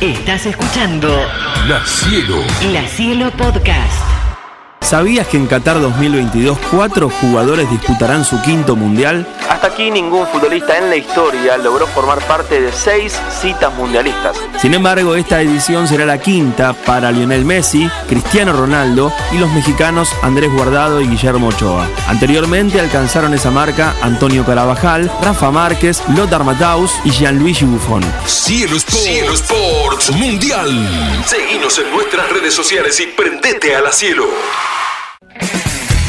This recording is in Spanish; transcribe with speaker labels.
Speaker 1: Estás escuchando
Speaker 2: La Cielo.
Speaker 1: La Cielo Podcast.
Speaker 3: ¿Sabías que en Qatar 2022 cuatro jugadores disputarán su quinto mundial?
Speaker 4: Hasta aquí ningún futbolista en la historia logró formar parte de seis citas mundialistas.
Speaker 3: Sin embargo, esta edición será la quinta para Lionel Messi, Cristiano Ronaldo y los mexicanos Andrés Guardado y Guillermo Ochoa. Anteriormente alcanzaron esa marca Antonio Carabajal, Rafa Márquez, Lothar Matthaus y Gianluigi Buffon.
Speaker 2: Cielo Sports. Cielo Sports Mundial. Seguinos en nuestras redes sociales y prendete a la Cielo.